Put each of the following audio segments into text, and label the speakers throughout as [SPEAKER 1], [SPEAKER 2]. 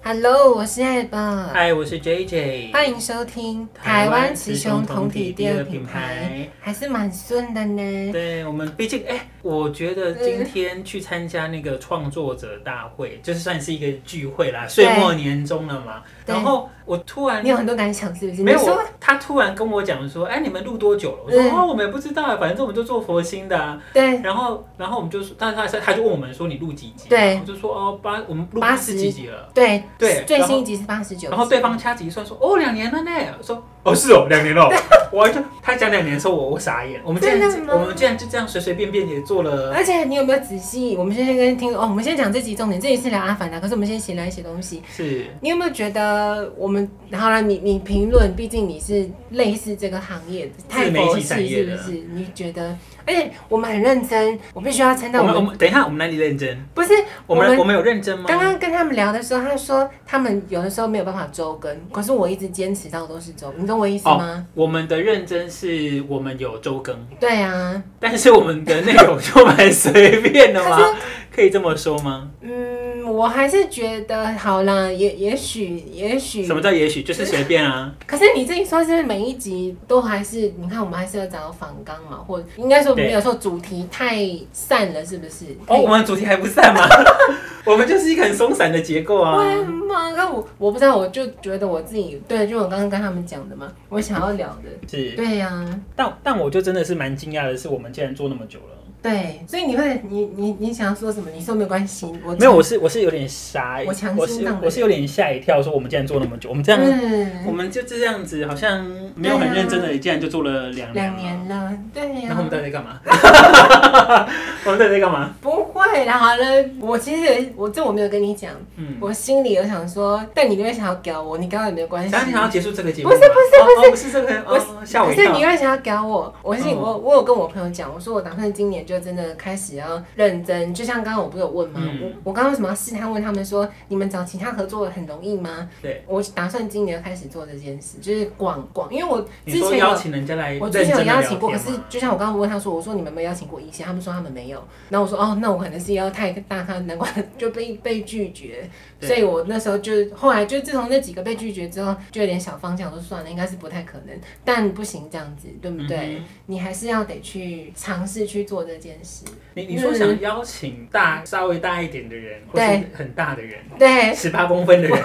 [SPEAKER 1] Hello，我是艾爸，
[SPEAKER 2] 嗨，我是 JJ，
[SPEAKER 1] 欢迎收听台
[SPEAKER 2] 台
[SPEAKER 1] 湾
[SPEAKER 2] 湾
[SPEAKER 1] 雌
[SPEAKER 2] 雌
[SPEAKER 1] 雄
[SPEAKER 2] 雄
[SPEAKER 1] 同
[SPEAKER 2] 同
[SPEAKER 1] 体
[SPEAKER 2] 体
[SPEAKER 1] 第
[SPEAKER 2] 第
[SPEAKER 1] 二
[SPEAKER 2] 二
[SPEAKER 1] 品
[SPEAKER 2] 品
[SPEAKER 1] 牌
[SPEAKER 2] 牌，
[SPEAKER 1] 还是蛮顺的呢。
[SPEAKER 2] 对我们，毕竟哎、我觉得今天去参加那个创作者大
[SPEAKER 1] 嗯
[SPEAKER 2] 会，就是算是一个聚会啦，岁末年终了嘛。
[SPEAKER 1] 对
[SPEAKER 2] 然后我突然
[SPEAKER 1] 你有很多感想是不是？
[SPEAKER 2] 没有
[SPEAKER 1] 你
[SPEAKER 2] 我
[SPEAKER 1] 说，
[SPEAKER 2] 他突然跟我讲说，哎、你们录多久了？我说、
[SPEAKER 1] 嗯
[SPEAKER 2] 哦，我们也不知道，反正我们就做佛心的、啊。
[SPEAKER 1] 对
[SPEAKER 2] 然后，然后我们就说，但是他他就问我们说你录几集？
[SPEAKER 1] 对
[SPEAKER 2] 我就说哦八，我们录
[SPEAKER 1] 八
[SPEAKER 2] 八
[SPEAKER 1] 十
[SPEAKER 2] 十几集了。
[SPEAKER 1] 对
[SPEAKER 2] 对
[SPEAKER 1] 最
[SPEAKER 2] 然后
[SPEAKER 1] 新一集是八十九，
[SPEAKER 2] 然后对方掐指一算说哦两年了呢，我说哦是哦两年了， 我还就他讲两年的时候我我傻眼，我们竟然
[SPEAKER 1] 真的吗
[SPEAKER 2] 我们竟然就这样随随便便也做了
[SPEAKER 1] 而且你有没有仔细？我们现在跟听哦，我们先讲这集重点，这一次聊阿凡达，可是我们先闲聊一些东西。
[SPEAKER 2] 是
[SPEAKER 1] 你有没有觉得我们好了？你你评论，毕竟你是类似这个行业的，太
[SPEAKER 2] 自媒体
[SPEAKER 1] 佛系
[SPEAKER 2] 产
[SPEAKER 1] 是
[SPEAKER 2] 业
[SPEAKER 1] 不
[SPEAKER 2] 的
[SPEAKER 1] 是？你觉得？而且我们很认真，我必须要称赞
[SPEAKER 2] 我
[SPEAKER 1] 我
[SPEAKER 2] 们我
[SPEAKER 1] 们，
[SPEAKER 2] 们等一下，我们哪里认真？
[SPEAKER 1] 不是
[SPEAKER 2] 我们我们有认真吗？
[SPEAKER 1] 刚刚跟他们聊的时候，他说他们有的时候没有办法周更，可是我一直坚持到都是周，你懂我意思吗？
[SPEAKER 2] 我们的认真是我们有周更，
[SPEAKER 1] 对啊，
[SPEAKER 2] 但是我们的内容就蛮随便的
[SPEAKER 1] 他
[SPEAKER 2] 嘛，可以这么说吗？
[SPEAKER 1] 嗯，我还是觉得好啦，也也许也许
[SPEAKER 2] 什，么叫也许就是随便啊？
[SPEAKER 1] 可是你自己说，是不是每一集都还是你看我们还是要找反纲嘛，或应该说没有说主题太散了，是不是？
[SPEAKER 2] 哦，我们主题还不 散吗？我们就是一个很松散的结构啊。
[SPEAKER 1] 为什么？那我哎我不知道，我就觉得我自己对，就我刚刚跟他们讲的嘛，我想要聊的，
[SPEAKER 2] 是，
[SPEAKER 1] 对啊呀、
[SPEAKER 2] 但但我就真的是蛮惊讶的是，我们竟然做那么久了。
[SPEAKER 1] 对，所以你会，你你你想要说什么？你说没关系，我
[SPEAKER 2] 没有，我是我是有点傻，
[SPEAKER 1] 我强心
[SPEAKER 2] 我是
[SPEAKER 1] 脏的
[SPEAKER 2] 我是有点吓一跳，说我们竟然做那么久，我们这样。我
[SPEAKER 1] 嗯，
[SPEAKER 2] 们就这样子，好像没有很认真的，竟然就做了两年
[SPEAKER 1] 两
[SPEAKER 2] 了
[SPEAKER 1] 年了，对呀、
[SPEAKER 2] 然后我们到底在干嘛？ 我们到底在干嘛？
[SPEAKER 1] 不会啦，好了，我其实也我这我没有跟你讲，
[SPEAKER 2] 嗯，
[SPEAKER 1] 我心里有想说，但你那边想要屌我，你刚刚也没有关系
[SPEAKER 2] 想，你想要结束这个节目
[SPEAKER 1] 不
[SPEAKER 2] 吗？
[SPEAKER 1] 是不
[SPEAKER 2] 是不是不是这个
[SPEAKER 1] 不是
[SPEAKER 2] 哦，吓我一
[SPEAKER 1] 可是你
[SPEAKER 2] 跳。
[SPEAKER 1] 又想要屌我，我是、
[SPEAKER 2] 嗯
[SPEAKER 1] 我我有跟我朋友讲，我说我打算今年就真的开始要认真，就像刚刚我不是有问吗？
[SPEAKER 2] 嗯
[SPEAKER 1] 我我刚刚为什么要试探问他们说，你们找其他合作很容易吗？
[SPEAKER 2] 对，
[SPEAKER 1] 我打算今年开始做这件事，就是广广，因为我
[SPEAKER 2] 你
[SPEAKER 1] 之
[SPEAKER 2] 说
[SPEAKER 1] 前
[SPEAKER 2] 邀
[SPEAKER 1] 有。
[SPEAKER 2] 请人家来，
[SPEAKER 1] 我
[SPEAKER 2] 认
[SPEAKER 1] 之
[SPEAKER 2] 真
[SPEAKER 1] 前
[SPEAKER 2] 的
[SPEAKER 1] 有邀
[SPEAKER 2] 聊
[SPEAKER 1] 请
[SPEAKER 2] 天
[SPEAKER 1] 过，可
[SPEAKER 2] 吗
[SPEAKER 1] 是就像我刚刚问他说，我说你们有没有邀请过一些，他们说他们没有。然后我说哦，那我可能是邀太大咖，难怪 就被被拒绝。
[SPEAKER 2] 对
[SPEAKER 1] 所以我那时候就后来就自从那几个被拒绝之后，就有点小方向，我说算了，应该是不太可能，但不行这样子，对不对？
[SPEAKER 2] 嗯
[SPEAKER 1] 你还是要得去尝试去做这件事。
[SPEAKER 2] 你你说想邀请大稍微大一点的人，或
[SPEAKER 1] 对
[SPEAKER 2] 是很大的人，
[SPEAKER 1] 对，
[SPEAKER 2] 十八公分的人，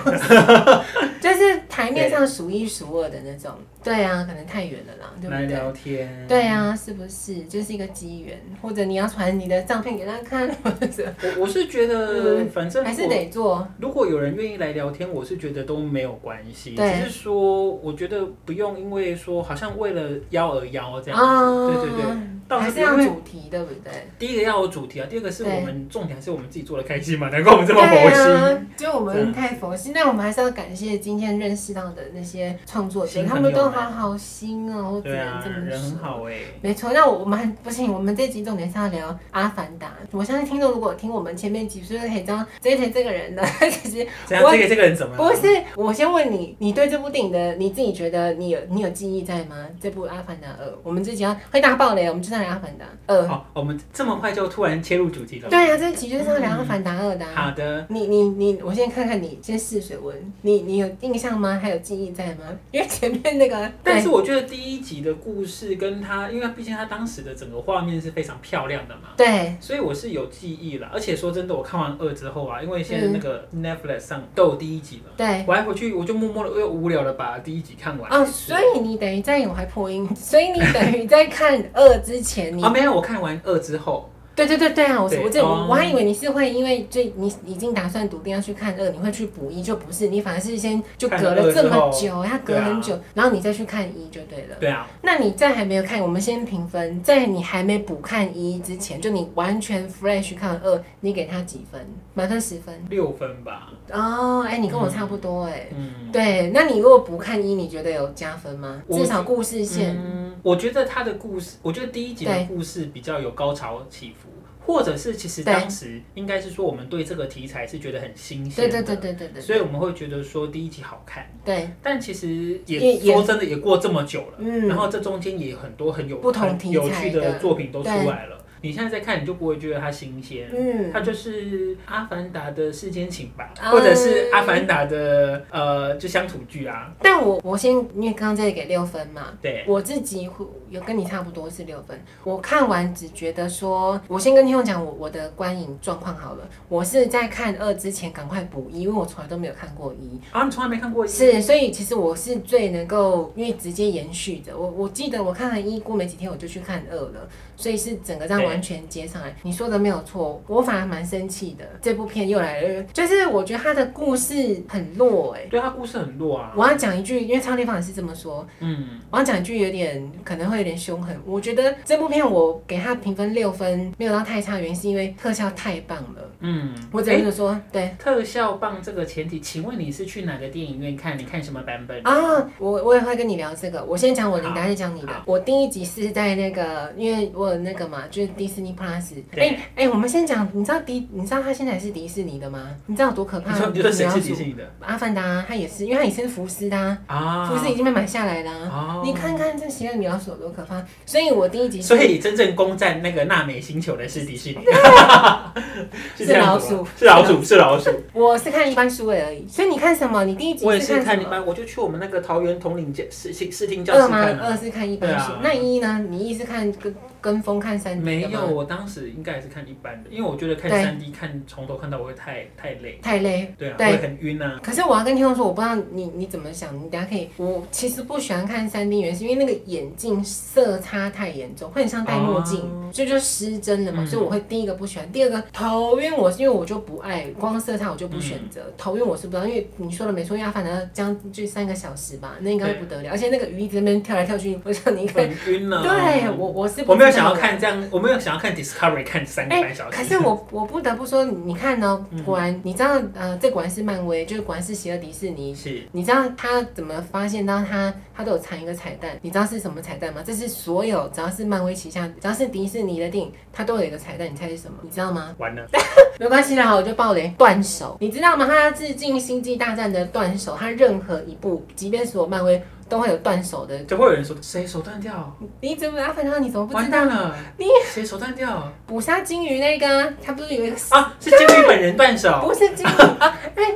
[SPEAKER 1] 就是台面上数一数二的那种。对啊，可能太远了啦，对
[SPEAKER 2] 来
[SPEAKER 1] 不对？
[SPEAKER 2] 聊天。
[SPEAKER 1] 对啊，是不是？就是一个机缘，或者你要传你的照片给他看，或者
[SPEAKER 2] 我我是觉得，
[SPEAKER 1] 嗯
[SPEAKER 2] 反正
[SPEAKER 1] 还是
[SPEAKER 2] 我
[SPEAKER 1] 得做。
[SPEAKER 2] 如果有人愿意来聊天，我是觉得都没有关系，
[SPEAKER 1] 对
[SPEAKER 2] 只是说我觉得不用因为说好像为了邀而邀这样子，
[SPEAKER 1] 啊
[SPEAKER 2] 对对对。倒
[SPEAKER 1] 还
[SPEAKER 2] 是
[SPEAKER 1] 是要
[SPEAKER 2] 因为
[SPEAKER 1] 主题，对不对？
[SPEAKER 2] 第一个要有主题啊，第二个是
[SPEAKER 1] 对
[SPEAKER 2] 我们重点还是我们自己做的开心嘛，难怪我们这么佛
[SPEAKER 1] 对
[SPEAKER 2] 心。
[SPEAKER 1] 啊，就我们太佛心，但我们还是要感谢今天认识到的那些创作者，
[SPEAKER 2] 新
[SPEAKER 1] 他
[SPEAKER 2] 朋友
[SPEAKER 1] 们都
[SPEAKER 2] 们
[SPEAKER 1] 好好心哦，我只
[SPEAKER 2] 对
[SPEAKER 1] 能
[SPEAKER 2] 啊
[SPEAKER 1] 这，么
[SPEAKER 2] 人很
[SPEAKER 1] 说。
[SPEAKER 2] 好哎、
[SPEAKER 1] 没错，那我们不行，我们这集重点是要聊《阿凡达》。我相信听众如果听我们前面几集，就可以知道 J J 这个人呢，其实
[SPEAKER 2] 怎样？
[SPEAKER 1] 我
[SPEAKER 2] 这个这个人怎么了？
[SPEAKER 1] 不是。我先问你，你对这部电影的你自己觉得你有你有记忆在吗？这部《阿凡达二》，我们这集要会大爆雷，我们就上聊《阿凡达二》。
[SPEAKER 2] 好，我们这么快就突然切入主题了。
[SPEAKER 1] 对啊，这集就是要聊《阿凡达二》的、啊。
[SPEAKER 2] 好的，
[SPEAKER 1] 你你你，我先看看你，先试水温。你你有印象吗？还有记忆在吗？ 因为前面那个，
[SPEAKER 2] 但是我觉得第一集的故事跟他，因为毕竟他当时的整个画面是非常漂亮的嘛。
[SPEAKER 1] 对
[SPEAKER 2] 所以我是有记忆了，而且说真的，我看完二之后啊，因为现
[SPEAKER 1] 嗯
[SPEAKER 2] 在
[SPEAKER 1] 哎
[SPEAKER 2] 那个 Netflix 上都有第一集嘛，
[SPEAKER 1] 对
[SPEAKER 2] 我还回去我就默默的又无聊的把第一集看完。
[SPEAKER 1] 哦，所以你等于在我还破音， 所以你等于在看二之前，你
[SPEAKER 2] 啊没有，我看完二之后，
[SPEAKER 1] 对对对对啊，我
[SPEAKER 2] 对
[SPEAKER 1] 我这我
[SPEAKER 2] 哦
[SPEAKER 1] 我还以为你是会因为最你已经打算笃定要去看二，你会去补一，就不是，你反而是先就
[SPEAKER 2] 看
[SPEAKER 1] 隔了
[SPEAKER 2] 二
[SPEAKER 1] 这
[SPEAKER 2] 之
[SPEAKER 1] 么
[SPEAKER 2] 后
[SPEAKER 1] 久，要隔
[SPEAKER 2] 对啊
[SPEAKER 1] 很久，然后你再去看一就对了。
[SPEAKER 2] 对啊，
[SPEAKER 1] 那你在还没有看，我们先评分，在你还没补看一之前，就你完全 fresh 看完二，你给他几分？满分十分。
[SPEAKER 2] 六分吧，
[SPEAKER 1] 哦，哎、你跟我差不多哎、
[SPEAKER 2] 嗯。
[SPEAKER 1] 对，那你如果不看一，你觉得有加分吗？
[SPEAKER 2] 我
[SPEAKER 1] 至少故事线，
[SPEAKER 2] 嗯，我觉得他的故事，我觉得第一集
[SPEAKER 1] 对
[SPEAKER 2] 的故事比较有高潮起伏，或者是其实
[SPEAKER 1] 对
[SPEAKER 2] 当时应该是说我们对这个题材是觉得很新鲜
[SPEAKER 1] 对
[SPEAKER 2] 的，
[SPEAKER 1] 对对对对对
[SPEAKER 2] 所以我们会觉得说第一集好看，
[SPEAKER 1] 对，
[SPEAKER 2] 但其实
[SPEAKER 1] 也
[SPEAKER 2] 也
[SPEAKER 1] 也
[SPEAKER 2] 说真的也过这么久了，
[SPEAKER 1] 嗯
[SPEAKER 2] 然后这中间也有很多很有
[SPEAKER 1] 不同
[SPEAKER 2] 很
[SPEAKER 1] 题材
[SPEAKER 2] 有趣
[SPEAKER 1] 的
[SPEAKER 2] 的作品都出来了。你现在在看，你就不会觉得它新鲜。
[SPEAKER 1] 嗯
[SPEAKER 2] 它就是《阿凡达》的世间情吧，
[SPEAKER 1] 嗯
[SPEAKER 2] 或者是《阿凡达》的呃，就乡土剧啊。
[SPEAKER 1] 但我我先，因为刚刚这里给六分嘛，
[SPEAKER 2] 对，
[SPEAKER 1] 我自己会有跟你差不多是六分。我看完只觉得说，我先跟听众讲我我的观影状况好了。我是在看二之前赶快补一，因为我从来都没有看过一。
[SPEAKER 2] 啊，你从来没看过？
[SPEAKER 1] 是，所以其实我是最能够，因为直接延续的。我我记得我看了一，过没几天我就去看二了，所以是整个这样
[SPEAKER 2] 对
[SPEAKER 1] 完全接上来。你说的没有错，我反而蛮生气的。这部片又来了，就是我觉得它的故事很弱哎、
[SPEAKER 2] 对，它故事很弱啊。
[SPEAKER 1] 我要讲一句，因为超立方也是这么说，
[SPEAKER 2] 嗯，
[SPEAKER 1] 我要讲一句有点可能会有点凶狠。我觉得这部片我给它评分六分，没有到太差，原因是因为特效太棒了。
[SPEAKER 2] 嗯，
[SPEAKER 1] 我只
[SPEAKER 2] 哎
[SPEAKER 1] 能说，对，
[SPEAKER 2] 特效棒这个前提，请问你是去哪个电影院看？你看什么版本？
[SPEAKER 1] 啊，我我也会跟你聊这个。我先讲我的，你
[SPEAKER 2] 好
[SPEAKER 1] 等下再讲你的
[SPEAKER 2] 好。
[SPEAKER 1] 我第一集是在那个，因为我有那个嘛，就是 Disney Plus。哎
[SPEAKER 2] 对
[SPEAKER 1] 哎、我们先讲，你知道迪，你知道它现在是迪士尼的吗？你知道有多可怕
[SPEAKER 2] 你
[SPEAKER 1] 吗？
[SPEAKER 2] 说你说谁
[SPEAKER 1] 米老
[SPEAKER 2] 是
[SPEAKER 1] 鼠
[SPEAKER 2] 迪士尼的
[SPEAKER 1] 阿凡达，它也是，因为它也是福斯的、啊，
[SPEAKER 2] 啊？
[SPEAKER 1] 福斯已经被买下来了啊、
[SPEAKER 2] 哦
[SPEAKER 1] 你看看这邪恶米老鼠有多可怕，所以我第一集是
[SPEAKER 2] 所以真正攻占那个纳美星球的是迪士尼， 是这样子吗
[SPEAKER 1] 是
[SPEAKER 2] 是老鼠，是老鼠。
[SPEAKER 1] 我是看一般书而已。所以你看什么？你 第一集
[SPEAKER 2] 我也
[SPEAKER 1] 看
[SPEAKER 2] 是
[SPEAKER 1] 什
[SPEAKER 2] 看
[SPEAKER 1] 么
[SPEAKER 2] 一？般，我就去我们那个桃园统领教视视视听教
[SPEAKER 1] 二
[SPEAKER 2] 室
[SPEAKER 1] 吗？
[SPEAKER 2] 看
[SPEAKER 1] 二
[SPEAKER 2] 了。
[SPEAKER 1] 是看一般书，
[SPEAKER 2] 对啊
[SPEAKER 1] 那一呢？你一是看跟跟风看三集
[SPEAKER 2] 没
[SPEAKER 1] 的吗
[SPEAKER 2] 有，我当时应该也是看一般的，因为我觉得看
[SPEAKER 1] 对
[SPEAKER 2] 三 D 看从头看到尾会太太累，
[SPEAKER 1] 太累，
[SPEAKER 2] 对啊，
[SPEAKER 1] 对
[SPEAKER 2] 会很晕啊。
[SPEAKER 1] 可是我要跟听众说，我不知道你你怎么想，你等下可以。我其实不喜欢看三 D 原是因为那个眼镜色差太严重，会很像戴墨镜，
[SPEAKER 2] 哦
[SPEAKER 1] 所以就失真了嘛。
[SPEAKER 2] 嗯
[SPEAKER 1] 所以我会第一个不喜欢，第二个头晕我，是因为我就不爱光色差，我就不选择、
[SPEAKER 2] 嗯
[SPEAKER 1] 头晕我是不知道，因为你说的没错，因为它反正将近三个小时吧，那应该会不得了。而且那个鱼一直在那边跳来跳去，我想你看，
[SPEAKER 2] 很晕了。
[SPEAKER 1] 对我我是不
[SPEAKER 2] 啊我没有
[SPEAKER 1] 知
[SPEAKER 2] 想
[SPEAKER 1] 道
[SPEAKER 2] 要
[SPEAKER 1] 的
[SPEAKER 2] 看这样，我没有想要看 Discovery 看三个
[SPEAKER 1] 哎、
[SPEAKER 2] 半小时。
[SPEAKER 1] 可是我我不得不说，你看哦，
[SPEAKER 2] 嗯
[SPEAKER 1] 果然、你知道，呃，这果然是漫威，就是果然是邪恶迪士尼，
[SPEAKER 2] 是
[SPEAKER 1] 你知道他怎么发现到他他都有藏一个彩蛋？你知道是什么彩蛋吗？这是所有只要是漫威旗下，只要是迪士尼的电影，它都有一个彩蛋。你猜是什么？你知道吗？
[SPEAKER 2] 完了，
[SPEAKER 1] 没关系啦，我就爆雷。断手，你知道吗？他要致敬《星际大战》的断手，他任何一部，即便是我漫威都会有断手的。
[SPEAKER 2] 就会有人说谁手断掉，
[SPEAKER 1] 你怎么阿凡达？你怎么不
[SPEAKER 2] 完
[SPEAKER 1] 知道
[SPEAKER 2] 蛋？了，
[SPEAKER 1] 你
[SPEAKER 2] 谁手断掉
[SPEAKER 1] 捕杀金鱼那个啊，他不是有一个
[SPEAKER 2] 啊？是金鱼本人断手，
[SPEAKER 1] 不是金鱼，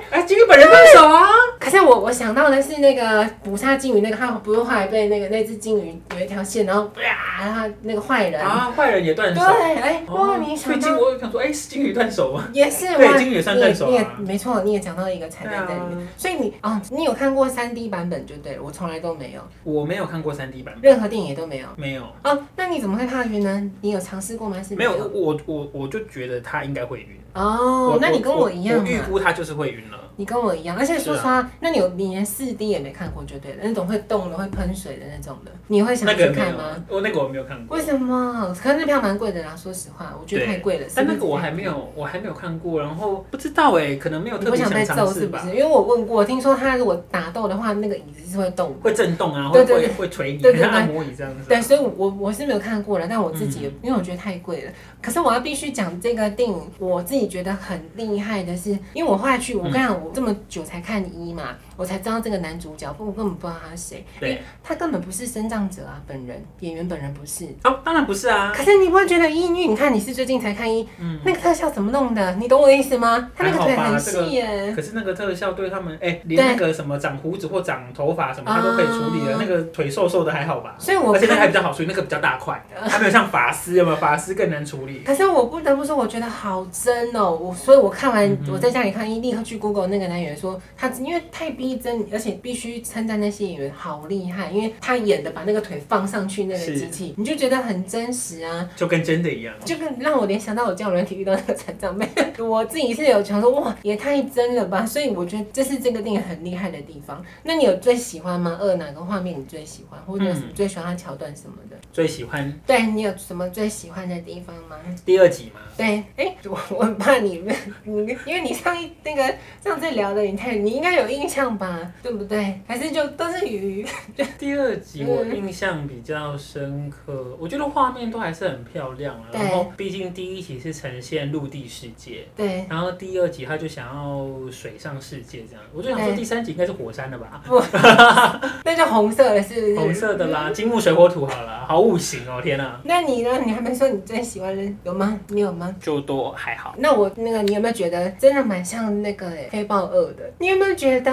[SPEAKER 2] 哎，金鱼本人断手啊！
[SPEAKER 1] 可是我我想到的是那个捕杀金鱼那个，他不是后来被那个那只金鱼有一条线，然后啪，他那个坏人
[SPEAKER 2] 啊，坏人也断手
[SPEAKER 1] 对，。哎、哇，
[SPEAKER 2] 哦
[SPEAKER 1] 你
[SPEAKER 2] 所
[SPEAKER 1] 想
[SPEAKER 2] 以金
[SPEAKER 1] 到
[SPEAKER 2] 我想说，哎，是金鱼断手吗？
[SPEAKER 1] 也是
[SPEAKER 2] 对
[SPEAKER 1] 哇
[SPEAKER 2] 金鱼也算
[SPEAKER 1] 你
[SPEAKER 2] 断手
[SPEAKER 1] 你也
[SPEAKER 2] 啊
[SPEAKER 1] 没错，你也讲到一个彩蛋在里面。
[SPEAKER 2] 对啊
[SPEAKER 1] 所以你哦，你有看过三 D 版本就对了，我从来都没有，
[SPEAKER 2] 我没有看过三 D 版本，
[SPEAKER 1] 任何电影也都没有。
[SPEAKER 2] 没有，
[SPEAKER 1] 哦，那你怎么会怕晕呢？你有尝试过吗？是
[SPEAKER 2] 没有，我我我就觉得他应该会晕。
[SPEAKER 1] 哦，那你跟我一样
[SPEAKER 2] 我预
[SPEAKER 1] 嘛。
[SPEAKER 2] 估他就是会晕了。
[SPEAKER 1] 你跟我一样，而且说实
[SPEAKER 2] 是啊
[SPEAKER 1] 话，那你有你连四 D 也没看过就对了，那种会动的、会喷水的那种的，你会想
[SPEAKER 2] 那
[SPEAKER 1] 去
[SPEAKER 2] 个没
[SPEAKER 1] 看
[SPEAKER 2] 有
[SPEAKER 1] 吗？，
[SPEAKER 2] 我那个我没有看过
[SPEAKER 1] 为。什么？可是那票蛮贵的啦，说实话，我觉得
[SPEAKER 2] 对
[SPEAKER 1] 太贵了。
[SPEAKER 2] 但那
[SPEAKER 1] 是
[SPEAKER 2] 个
[SPEAKER 1] 不是
[SPEAKER 2] 我还没有，我还没有看过，然后不知道哎、可能没有
[SPEAKER 1] 你
[SPEAKER 2] 特
[SPEAKER 1] 不
[SPEAKER 2] 别
[SPEAKER 1] 想被
[SPEAKER 2] 尝
[SPEAKER 1] 揍
[SPEAKER 2] 试
[SPEAKER 1] 是不
[SPEAKER 2] 吧
[SPEAKER 1] 是？，因为我问过，听说他如果打斗的话，那个椅子是会动的。
[SPEAKER 2] 会震动啊，
[SPEAKER 1] 对
[SPEAKER 2] 会
[SPEAKER 1] 对
[SPEAKER 2] 会
[SPEAKER 1] 对
[SPEAKER 2] 会捶你，
[SPEAKER 1] 对对
[SPEAKER 2] 很像
[SPEAKER 1] 对
[SPEAKER 2] 按摩椅这样子啊。嗯
[SPEAKER 1] 对，所以我，我是没有看过了，但我自己也、因为我觉得太贵了。可是我要必须讲这个电影，我自己觉得很厉害的是，因为我后来去，我
[SPEAKER 2] 嗯
[SPEAKER 1] 跟你讲，我这么久才看一嘛，我才知道这个男主角，不我根本不知道他是谁，
[SPEAKER 2] 对
[SPEAKER 1] 因为他根本不是生长者啊，本人演员本人不是。
[SPEAKER 2] 哦，当然不是啊，
[SPEAKER 1] 可是你不会觉得一，因为你看你是最近才看一，
[SPEAKER 2] 嗯。
[SPEAKER 1] 那个特效怎么弄的？你懂我的意思吗？他那个
[SPEAKER 2] 还好
[SPEAKER 1] 腿
[SPEAKER 2] 吧
[SPEAKER 1] 很
[SPEAKER 2] 这个
[SPEAKER 1] 细耶、
[SPEAKER 2] 可是那个特效对他们，哎、连那个什么长胡子或长头发什么，他都可以处理
[SPEAKER 1] 啊
[SPEAKER 2] 了。那个腿瘦瘦的还好吧？
[SPEAKER 1] 所以我
[SPEAKER 2] 而且那个
[SPEAKER 1] 看
[SPEAKER 2] 还比较好处理，那个比较大块，它没有像法师有没有？法师更难 处理。
[SPEAKER 1] 可是我不得不说，我觉得好真哦！我所以，我看完、
[SPEAKER 2] 嗯哼
[SPEAKER 1] 我在家里看一，立刻去 Google 那个男演员说他，因为太逼真，而且必须称赞那些演员好厉害，因为他演的把那个腿放上去那个
[SPEAKER 2] 是
[SPEAKER 1] 机器，你就觉得很真实啊。
[SPEAKER 2] 就跟真的一样。
[SPEAKER 1] 就跟让我联想到我教软体遇到那个残障妹， 我自己是有想说哇，也太真了吧！所以我觉得这是这个电影很厉害的地方。那你有最喜欢吗？二哪个画面你最喜欢，或者是
[SPEAKER 2] 嗯
[SPEAKER 1] 最喜欢它桥段什么的？
[SPEAKER 2] 最喜欢
[SPEAKER 1] 对你有什么最喜欢的地方吗？
[SPEAKER 2] 第二集嘛？
[SPEAKER 1] 对， 哎、我我很怕你，你因为你上一那个上次聊的，你太你应该有印象吧，对不对？还是就都是鱼，
[SPEAKER 2] 第二集我印象比较深刻，我觉得画面都还是很漂亮啊。
[SPEAKER 1] 对
[SPEAKER 2] 然后，毕竟第一集是呈现陆地世界，
[SPEAKER 1] 对，
[SPEAKER 2] 然后第二集他就想要水上世界这样。我就想说
[SPEAKER 1] 对
[SPEAKER 2] 第三集应该是火山的吧，
[SPEAKER 1] 那就红色的是不是？
[SPEAKER 2] 红色的啦，金木水火土好了，好五行哦，天啊，
[SPEAKER 1] 那你呢？你还没说你最喜欢的有吗？你有吗？
[SPEAKER 2] 就都还好。
[SPEAKER 1] 那我那个，你有没有觉得真的蛮像那个欸黑豹二的？你有没有觉得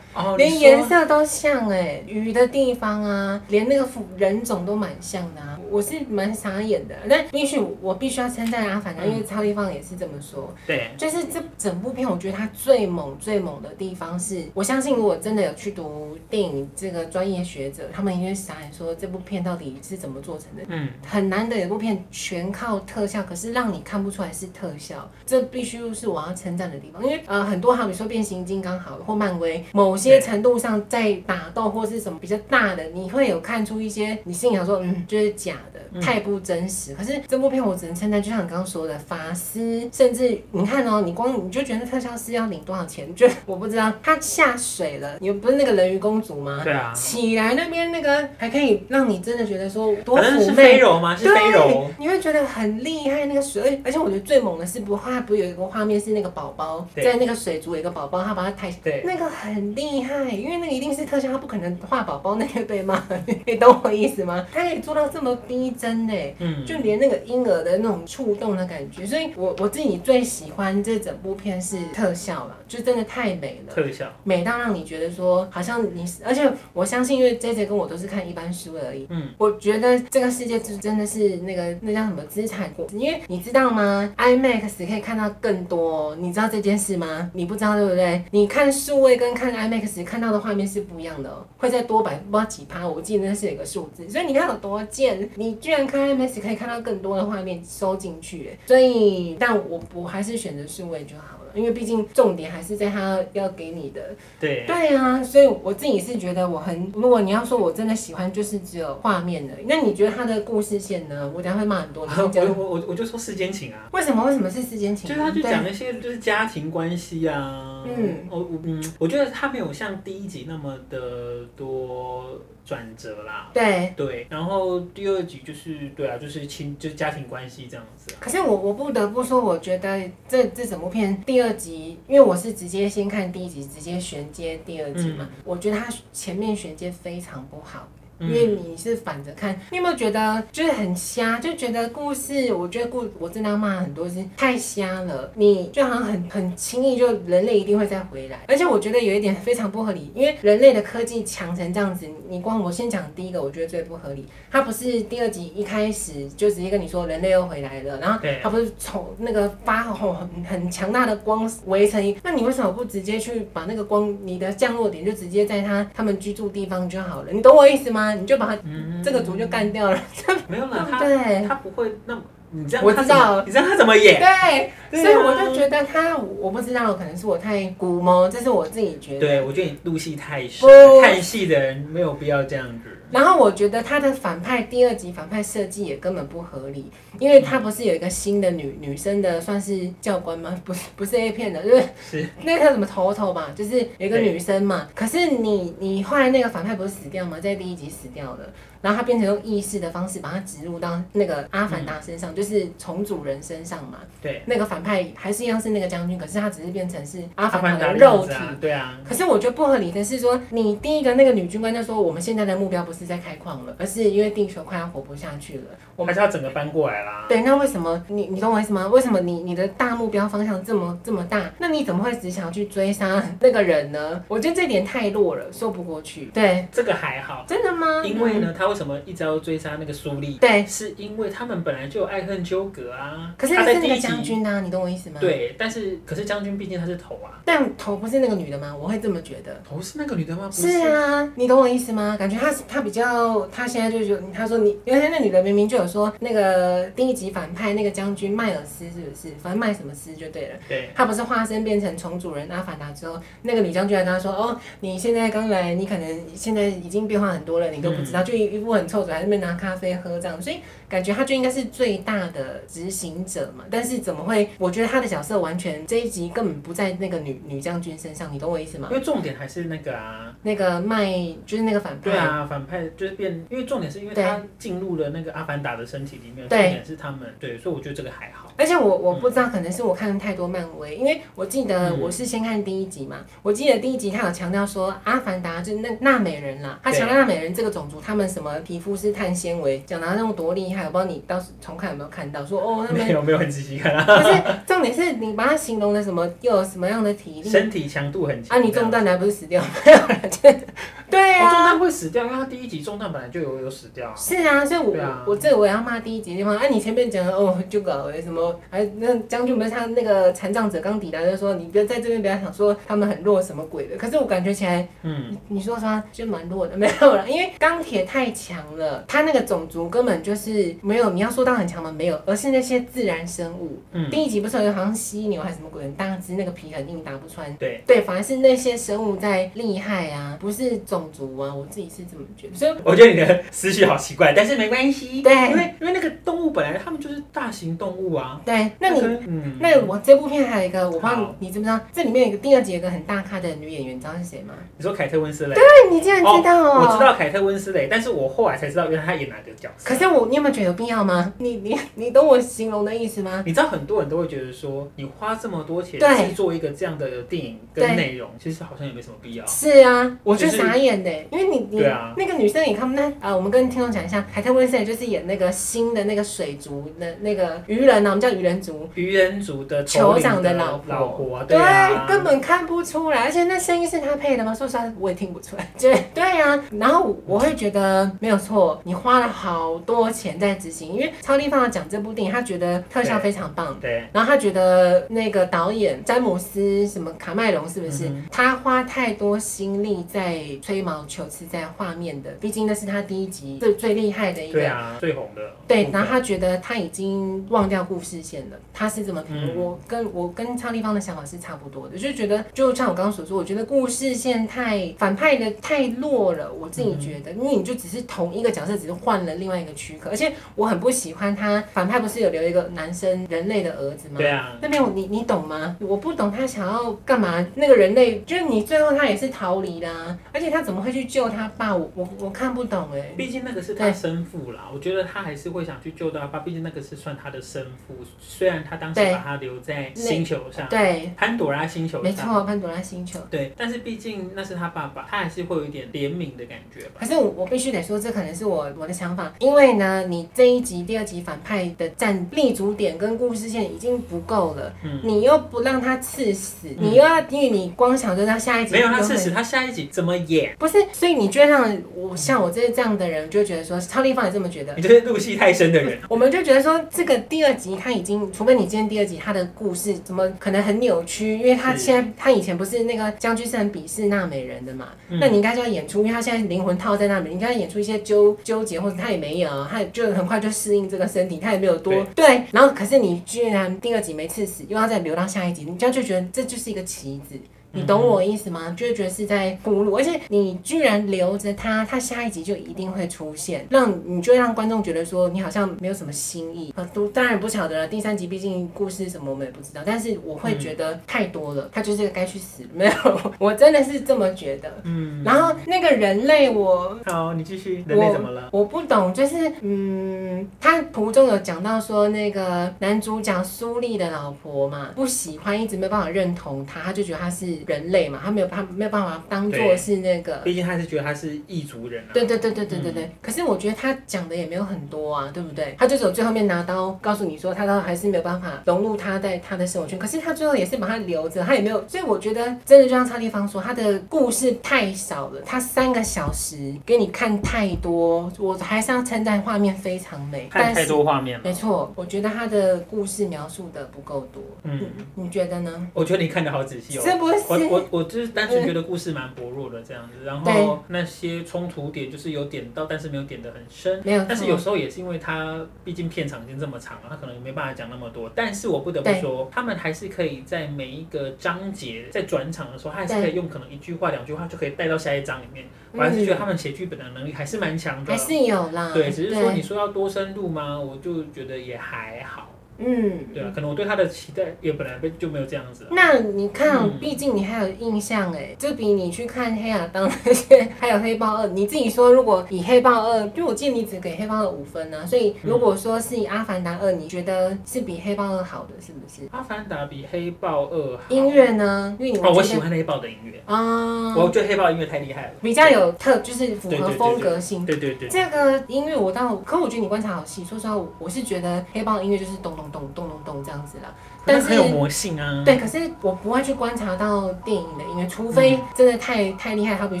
[SPEAKER 2] 哦，
[SPEAKER 1] 连
[SPEAKER 2] 你
[SPEAKER 1] 颜
[SPEAKER 2] 说
[SPEAKER 1] 色都像哎、鱼的地方啊，连那个服人种都蛮像的啊。我是蛮傻眼的，但必须我必须要称赞阿凡达，
[SPEAKER 2] 嗯
[SPEAKER 1] 因为超立方也是这么说，
[SPEAKER 2] 对，
[SPEAKER 1] 就是这整部片，我觉得它最猛最猛的地方是，我相信如果真的有去读电影这个专业学者，他们一定会傻眼说这部片到底是怎么做成的。
[SPEAKER 2] 嗯，
[SPEAKER 1] 很难得有部片全靠特效，可是让你看不出来是特效，这必须是我要称赞的地方。因为呃，很多好比说变形金刚好了或漫威，某些程度上在打斗或是什么比较大的，你会有看出一些你心里想说，嗯，就是假的，太不真实。可是这部片我只能称赞，就像你刚刚说的，法师，甚至你看哦，你光你就觉得那特效师要领多少钱，就我不知道，他下水了，你不是那个人鱼公主吗？
[SPEAKER 2] 对啊，
[SPEAKER 1] 起来那边那个还可以让你真的觉得说多
[SPEAKER 2] 反正
[SPEAKER 1] 妩
[SPEAKER 2] 是飞
[SPEAKER 1] 媚，
[SPEAKER 2] 柔吗？是
[SPEAKER 1] 对，
[SPEAKER 2] 飞柔，
[SPEAKER 1] 你会觉得很厉害那个水，而且而且我觉得最猛的是不，它不有一个画面是那个宝宝
[SPEAKER 2] 对
[SPEAKER 1] 在那个水族有一个宝宝，他把它抬起。
[SPEAKER 2] 对，
[SPEAKER 1] 那个很厉害，因为那个一定是特效，他不可能画宝宝那个 对吗？你懂我意思吗？他可以做到这么逼真呢、
[SPEAKER 2] 嗯，
[SPEAKER 1] 就连那个婴儿的那种触动的感觉，所以我我自己最喜欢这整部片是特效了，就真的太美了。
[SPEAKER 2] 特效，
[SPEAKER 1] 美到让你觉得说，好像你，而且我相信，因为 J J 跟我都是看一般书而已。
[SPEAKER 2] 嗯，
[SPEAKER 1] 我觉得这个世界就真的是那个那叫什么资产国，因为你知道吗？IMAX 可以看到更多，你知道这件事吗？你不知道对不对？你看数位跟看 IMAX 看到的画面是不一样的、哦，会再多百不知道几趴，我记得那是有个数字，所以你看有多贱，你居然看 IMAX 可以看到更多的画面收进去，哎所以但我我还是选择数位就好了，因为毕竟重点还是在它要给你的
[SPEAKER 2] 对，
[SPEAKER 1] 对啊，所以我自己是觉得我很，如果你要说我真的喜欢，就是只有画面的。那你觉得它的故事线呢？我等一下会骂很多，你
[SPEAKER 2] 我
[SPEAKER 1] 先讲。
[SPEAKER 2] 啊我我我就说世间情啊。
[SPEAKER 1] 为什么？为什么是世间情？
[SPEAKER 2] 就是他就
[SPEAKER 1] 对
[SPEAKER 2] 讲一些就是家庭关系啊，
[SPEAKER 1] 嗯
[SPEAKER 2] 我我嗯，我觉得他没有像第一集那么的多转折啦，
[SPEAKER 1] 对。
[SPEAKER 2] 对，然后第二集就是对啊，就是亲就是家庭关系这样子啊，
[SPEAKER 1] 可是我我不得不说，我觉得这这整部片第二集，因为我是直接先看第一集，直接衔接第二集
[SPEAKER 2] 嗯
[SPEAKER 1] 嘛，我觉得它前面衔接非常不好。因为
[SPEAKER 2] 嗯，
[SPEAKER 1] 你是反着看，你有没有觉得就是很瞎？就觉得故事，我觉得故我真的要骂很多是太瞎了，你就好像很很轻易就人类一定会再回来，而且我觉得有一点非常不合理，因为人类的科技强成这样子，你光我先讲第一个，我觉得最不合理，它不是第二集一开始就直接跟你说人类又回来了，然后
[SPEAKER 2] 对
[SPEAKER 1] 它不是从那个发红很很强大的光围成一，那你为什么不直接去把那个光，你的降落点就直接在他他们居住地方就好了？你懂我意思吗？你就把他、这个族就干掉 了，
[SPEAKER 2] 没有
[SPEAKER 1] 对
[SPEAKER 2] 啦，
[SPEAKER 1] 不
[SPEAKER 2] 嗯他
[SPEAKER 1] 对？
[SPEAKER 2] 他不会那么你这样
[SPEAKER 1] 我
[SPEAKER 2] 他
[SPEAKER 1] 知
[SPEAKER 2] 怎么
[SPEAKER 1] 道
[SPEAKER 2] 你知道他怎么演，
[SPEAKER 1] 对，
[SPEAKER 2] 对啊
[SPEAKER 1] 所以我 就觉得他，我不知道，可能是我太古摸，这是我自己觉得。
[SPEAKER 2] 对我觉得你入戏太深
[SPEAKER 1] 不，
[SPEAKER 2] 看戏的人没有必要这样子，
[SPEAKER 1] 然后我觉得他的反派第二集反派设计也根本不合理，因为他不是有一个新的女女生的算是教官吗？不是不是 A 片的，就是
[SPEAKER 2] 是
[SPEAKER 1] 那个叫什么头头吧，就是有一个
[SPEAKER 2] 对
[SPEAKER 1] 女生嘛。可是你你后来那个反派不是死掉吗？在第一集死掉了，然后他变成用意识的方式把它植入到那个阿凡达身上，
[SPEAKER 2] 嗯
[SPEAKER 1] 就是重组人身上嘛。
[SPEAKER 2] 对，
[SPEAKER 1] 那个反派还是一样是那个将军，可是他只是变成是阿
[SPEAKER 2] 阿
[SPEAKER 1] 凡
[SPEAKER 2] 凡
[SPEAKER 1] 达
[SPEAKER 2] 达
[SPEAKER 1] 的
[SPEAKER 2] 的
[SPEAKER 1] 肉
[SPEAKER 2] 样
[SPEAKER 1] 体
[SPEAKER 2] 子啊，对啊，
[SPEAKER 1] 可是我觉得不合理的是说，你第一个那个女军官就说，我们现在的目标不是在开矿了，而是因为地球快要活不下去了。我
[SPEAKER 2] 我
[SPEAKER 1] 们
[SPEAKER 2] 们是要整个搬过来啦，
[SPEAKER 1] 对，那为什么你你懂我意思吗？为什么你你的大目标方向这么这么大？那你怎么会只想要去追杀那个人呢？我觉得这点太弱了，说不过去。对，
[SPEAKER 2] 这个还好。
[SPEAKER 1] 真的吗？
[SPEAKER 2] 因为呢，他为什么一直要追杀那个苏丽？
[SPEAKER 1] 对
[SPEAKER 2] 是因为他们本来就有爱恨纠葛啊。
[SPEAKER 1] 可是
[SPEAKER 2] 他
[SPEAKER 1] 他
[SPEAKER 2] 在
[SPEAKER 1] 是
[SPEAKER 2] 第
[SPEAKER 1] 那
[SPEAKER 2] 一
[SPEAKER 1] 个
[SPEAKER 2] 集
[SPEAKER 1] 将。军啊，你懂我意思吗？。
[SPEAKER 2] 对，但是可是将军毕竟他是头啊，
[SPEAKER 1] 但头不是那个女的吗？我会这么觉得。
[SPEAKER 2] 头是那个女的吗？不
[SPEAKER 1] 是啊，你懂我意思吗？感觉他他比较，他现在就觉得，他说你，原来那女的明明就有说那个第一集反派那个将军迈尔斯是不是？反正迈什么斯就对了。
[SPEAKER 2] 对，
[SPEAKER 1] 他不是化身变成重组人阿凡达之后，那个女将军还跟他说：“哦，你现在刚来，你可能现在已经变化很多了，你都不知道。就一部很臭嘴，还在那边拿咖啡喝这样，所以感觉他就应该是最大的执行者嘛。但是怎么会？我觉得他的角色完全这一集根本不在那个女女将军身上，你懂我意思吗？
[SPEAKER 2] 因为重点还是那个啊，
[SPEAKER 1] 那个卖就是那个反派，
[SPEAKER 2] 对啊，反派就是变，因为重点是因为
[SPEAKER 1] 对
[SPEAKER 2] 他进入了那个阿凡达的身体里面，重
[SPEAKER 1] 对
[SPEAKER 2] 点是他们，对，所以我觉得这个还好。
[SPEAKER 1] 而且我我不知道，可能是我看太多漫威，因为我记得我是先看第一集嘛，
[SPEAKER 2] 嗯
[SPEAKER 1] 我记得第一集他有强调说阿凡达就是那纳美人啦，他
[SPEAKER 2] 对
[SPEAKER 1] 强调纳美人这个种族，他们什么皮肤是碳纤维，讲到那种多厉害，我不知道你当时重看有没有看到，说哦那
[SPEAKER 2] 没
[SPEAKER 1] 边。
[SPEAKER 2] 有没有很仔细看啊，
[SPEAKER 1] 不是重点是你把它形容的什么，又有什么样的体力
[SPEAKER 2] 身体强度很强
[SPEAKER 1] 啊？你中
[SPEAKER 2] 这样
[SPEAKER 1] 弹还不是死掉？ 没有人觉得 对
[SPEAKER 2] 哦中
[SPEAKER 1] 啊，
[SPEAKER 2] 弹会死掉，因为他第一集中弹本来就有有死掉啊。
[SPEAKER 1] 是啊，所以我、
[SPEAKER 2] 对啊
[SPEAKER 1] 我这个我也要骂第一集的地方。哎、你前面讲的哦，就搞了什么？哎，那将军不是他那个残障者刚抵达就说，你不要在这边不要想说他们很弱什么鬼的。可是我感觉起来，
[SPEAKER 2] 嗯，
[SPEAKER 1] 你你说实话就蛮弱的，没有了，因为钢铁太强了，他那个种族根本就是没有。你要说到很强的没有，而是那些自然生物。
[SPEAKER 2] 嗯
[SPEAKER 1] 第一集不是有一个好像犀牛还是什么鬼，很大只，那个皮很硬，打不穿。
[SPEAKER 2] 对，
[SPEAKER 1] 对，反而是那些生物在厉害啊，不是种族啊，我自己是这么觉得。所以
[SPEAKER 2] 我觉得你的思绪好奇怪，但是没关系，
[SPEAKER 1] 对
[SPEAKER 2] 因为因为那个动物本来他们就是大型动物啊。
[SPEAKER 1] 对，那你
[SPEAKER 2] 可能嗯，
[SPEAKER 1] 那我这部片还有一个，我不知道
[SPEAKER 2] 好
[SPEAKER 1] 你你知不知道，这里面有一个第二集有一个很大咖的女演员，你知道是谁吗？
[SPEAKER 2] 你说凯特温斯雷，
[SPEAKER 1] 对，你竟然知道哦！
[SPEAKER 2] 哦我知。道凯特温斯雷，但是我后来才知道原来她演哪个角色。
[SPEAKER 1] 可是我，你有没有觉得有必要吗？你你你懂我形容的意思吗？
[SPEAKER 2] 你知道很多人都会觉得说，你花这么多钱
[SPEAKER 1] 对
[SPEAKER 2] 制作一个这样的电影
[SPEAKER 1] 对
[SPEAKER 2] 跟内容，其实好像也没什么必要。
[SPEAKER 1] 是啊，我就
[SPEAKER 2] 就是
[SPEAKER 1] 傻眼的，因为你你、
[SPEAKER 2] 对啊
[SPEAKER 1] 那个女生也看不那啊，我们跟听众讲一下，凯特温斯莱就是演那个新的那个水族的那个渔人啊，我们叫渔人族，
[SPEAKER 2] 愚人族的
[SPEAKER 1] 酋长
[SPEAKER 2] 的
[SPEAKER 1] 老婆，
[SPEAKER 2] 老婆，对啊，
[SPEAKER 1] 根本看不出来，而且那声音是他配的吗？说实话，我也听不出来。 对对啊，然后我我会觉得没有错，你花了好多钱在执行，因为超立方讲这部电影，他觉得特效非常棒。
[SPEAKER 2] 对，
[SPEAKER 1] 然后他觉得那个导演詹姆斯什么卡麦隆是不
[SPEAKER 2] 嗯
[SPEAKER 1] 是、他花太多心力在吹毛求疵在画面的？毕竟那是他第一集最最厉害的一个
[SPEAKER 2] 对啊，最红的。
[SPEAKER 1] 对，然后他觉得他已经忘掉故事线了，他是这么评论、
[SPEAKER 2] 嗯
[SPEAKER 1] 我跟我跟超立方的想法是差不多的，就觉得就像我刚刚所说，我觉得故事线太反派的太弱了，我自己觉
[SPEAKER 2] 嗯
[SPEAKER 1] 得，因为你就只是同一个角色，只是换了另外一个躯壳，而且我很不喜欢他反派不是有留一个男生人类的儿子吗？
[SPEAKER 2] 对啊，
[SPEAKER 1] 那边我你你懂吗？我不懂他想要干嘛。那个人类就是你最后他也是逃离啦、而且他怎么会去救他爸？我我我看不懂哎、
[SPEAKER 2] 毕竟那个是他生父啦，我觉得他还是会想去救到他爸，毕竟那个是算他的生父。虽然他当时
[SPEAKER 1] 对
[SPEAKER 2] 把他留在星球上，
[SPEAKER 1] 对，
[SPEAKER 2] 潘朵拉星球
[SPEAKER 1] 没
[SPEAKER 2] 上，
[SPEAKER 1] 错，潘朵拉星球。
[SPEAKER 2] 对，但是毕竟那是他爸爸，他还是会有一点怜悯的感觉吧。
[SPEAKER 1] 可是我我必须得说，这可能是我我的想法，因为呢，你这一集、第二集反派的战立足点跟故事线已经不够了，
[SPEAKER 2] 嗯
[SPEAKER 1] 你又不让他刺死，
[SPEAKER 2] 嗯
[SPEAKER 1] 你又要因为你光想着他下一集
[SPEAKER 2] 没有他
[SPEAKER 1] 就会
[SPEAKER 2] 事实，他下一集怎么演？
[SPEAKER 1] 不是，所以你就会让我像我这这样的人就会觉得说，超立方也这么觉得
[SPEAKER 2] 你，就是入戏太深的 人。
[SPEAKER 1] 我们就觉得说，这个第二集他已经，除非你今天第二集他的故事怎么可能很扭曲，因为他
[SPEAKER 2] 是
[SPEAKER 1] 现在他以前不是那个将军是很鄙视纳美人的嘛，
[SPEAKER 2] 嗯
[SPEAKER 1] 那你应该就要演出，因为他现在灵魂套在那里，你应该演出一些纠纠结，或者他也没有，他就很快就适应这个身体，他也没有多对然后可是你居然第二集没刺死，又要再留到下一集，你这样就觉得这就是一个棋子。你懂我意思吗？就会觉得是在俘虏，而且你居然留着他，他下一集就一定会出现，让你就会让观众觉得说你好像没有什么新意。啊，都当然不晓得了，第三集毕竟故事什么我们也不知道，但是我会觉得太多了，他就是该去死，没有， 我真的是这么觉得。
[SPEAKER 2] 嗯，
[SPEAKER 1] 然后那个人类我。
[SPEAKER 2] 好，你继续。人类怎么
[SPEAKER 1] 我
[SPEAKER 2] 了？
[SPEAKER 1] 我不懂，就是嗯，他途中有讲到说那个男主角苏丽的老婆嘛，不喜欢，一直没办法认同他，他就觉得他是人类嘛，他没有他没有办法当做
[SPEAKER 2] 对
[SPEAKER 1] 是那个
[SPEAKER 2] 毕竟他是觉得他是异族人啊。
[SPEAKER 1] 对对对对对对对。可是我觉得他讲的也没有很多啊，对不对？他就只有最后面拿刀告诉你说，他到还是没有办法融入他在他的生活圈。可是他最后也是把他留着，他也没有。所以我觉得真的就像超立方说，他的故事太少了，他三个小时给你看太多，我还是要称赞画面非常美，
[SPEAKER 2] 看
[SPEAKER 1] 但
[SPEAKER 2] 太
[SPEAKER 1] 是。
[SPEAKER 2] 多画面了。
[SPEAKER 1] 没错，我觉得他的故事描述的不够多，
[SPEAKER 2] 嗯，
[SPEAKER 1] 你觉得呢？
[SPEAKER 2] 我觉得你看的好仔细哦。
[SPEAKER 1] 是不是？
[SPEAKER 2] 我我
[SPEAKER 1] 是
[SPEAKER 2] 我我就是单纯觉得故事蛮薄弱的这样子，然
[SPEAKER 1] 嗯对
[SPEAKER 2] 后那些冲突点就是有点到，但是没有点的很深。
[SPEAKER 1] 没有错，
[SPEAKER 2] 但是有时候也是因为他毕竟片场已经这么长了，他可能没办法讲那么多。但是我不得不
[SPEAKER 1] 对
[SPEAKER 2] 说，他们还是可以在每一个章节在转场的时候，他还是可以用可能一句话、两句话就可以带到下一章里面。我还是觉得他们写剧本的能力还是蛮强
[SPEAKER 1] 嗯
[SPEAKER 2] 的
[SPEAKER 1] 还。是有啦，
[SPEAKER 2] 对，只是说你说要多深入吗？我就觉得也还好。
[SPEAKER 1] 嗯，
[SPEAKER 2] 对啊，可能我对他的期待也本来被就没有这样子啊。
[SPEAKER 1] 那你看，
[SPEAKER 2] 嗯
[SPEAKER 1] 毕竟你还有印象哎，这比你去看《黑亚当》那些， 还有《黑豹二》，你自己说，如果以《黑豹二》，因为我记得你只给《黑豹二》五分呢、所以如果说是以《阿凡达二》，你觉得是比《黑豹二》好的，是不是？
[SPEAKER 2] 阿凡达比黑豹二好
[SPEAKER 1] 音乐呢？因为你
[SPEAKER 2] 哦，
[SPEAKER 1] 觉
[SPEAKER 2] 我喜
[SPEAKER 1] 得
[SPEAKER 2] 欢黑豹的音乐，
[SPEAKER 1] 啊，
[SPEAKER 2] 我觉得黑豹音乐太厉害了，
[SPEAKER 1] 比较有特，就是符
[SPEAKER 2] 对
[SPEAKER 1] 合
[SPEAKER 2] 对对
[SPEAKER 1] 风格性。
[SPEAKER 2] 对对对，
[SPEAKER 1] 这个音乐我倒，可我觉得你观察好细。说实话，我我是觉得黑豹音乐就是咚咚咚咚咚咚这样子啦。但
[SPEAKER 2] 但
[SPEAKER 1] 是
[SPEAKER 2] 很有魔性啊。
[SPEAKER 1] 对，可是我不会去观察到电影的音乐，除非
[SPEAKER 2] 嗯
[SPEAKER 1] 真的太太厉害。好比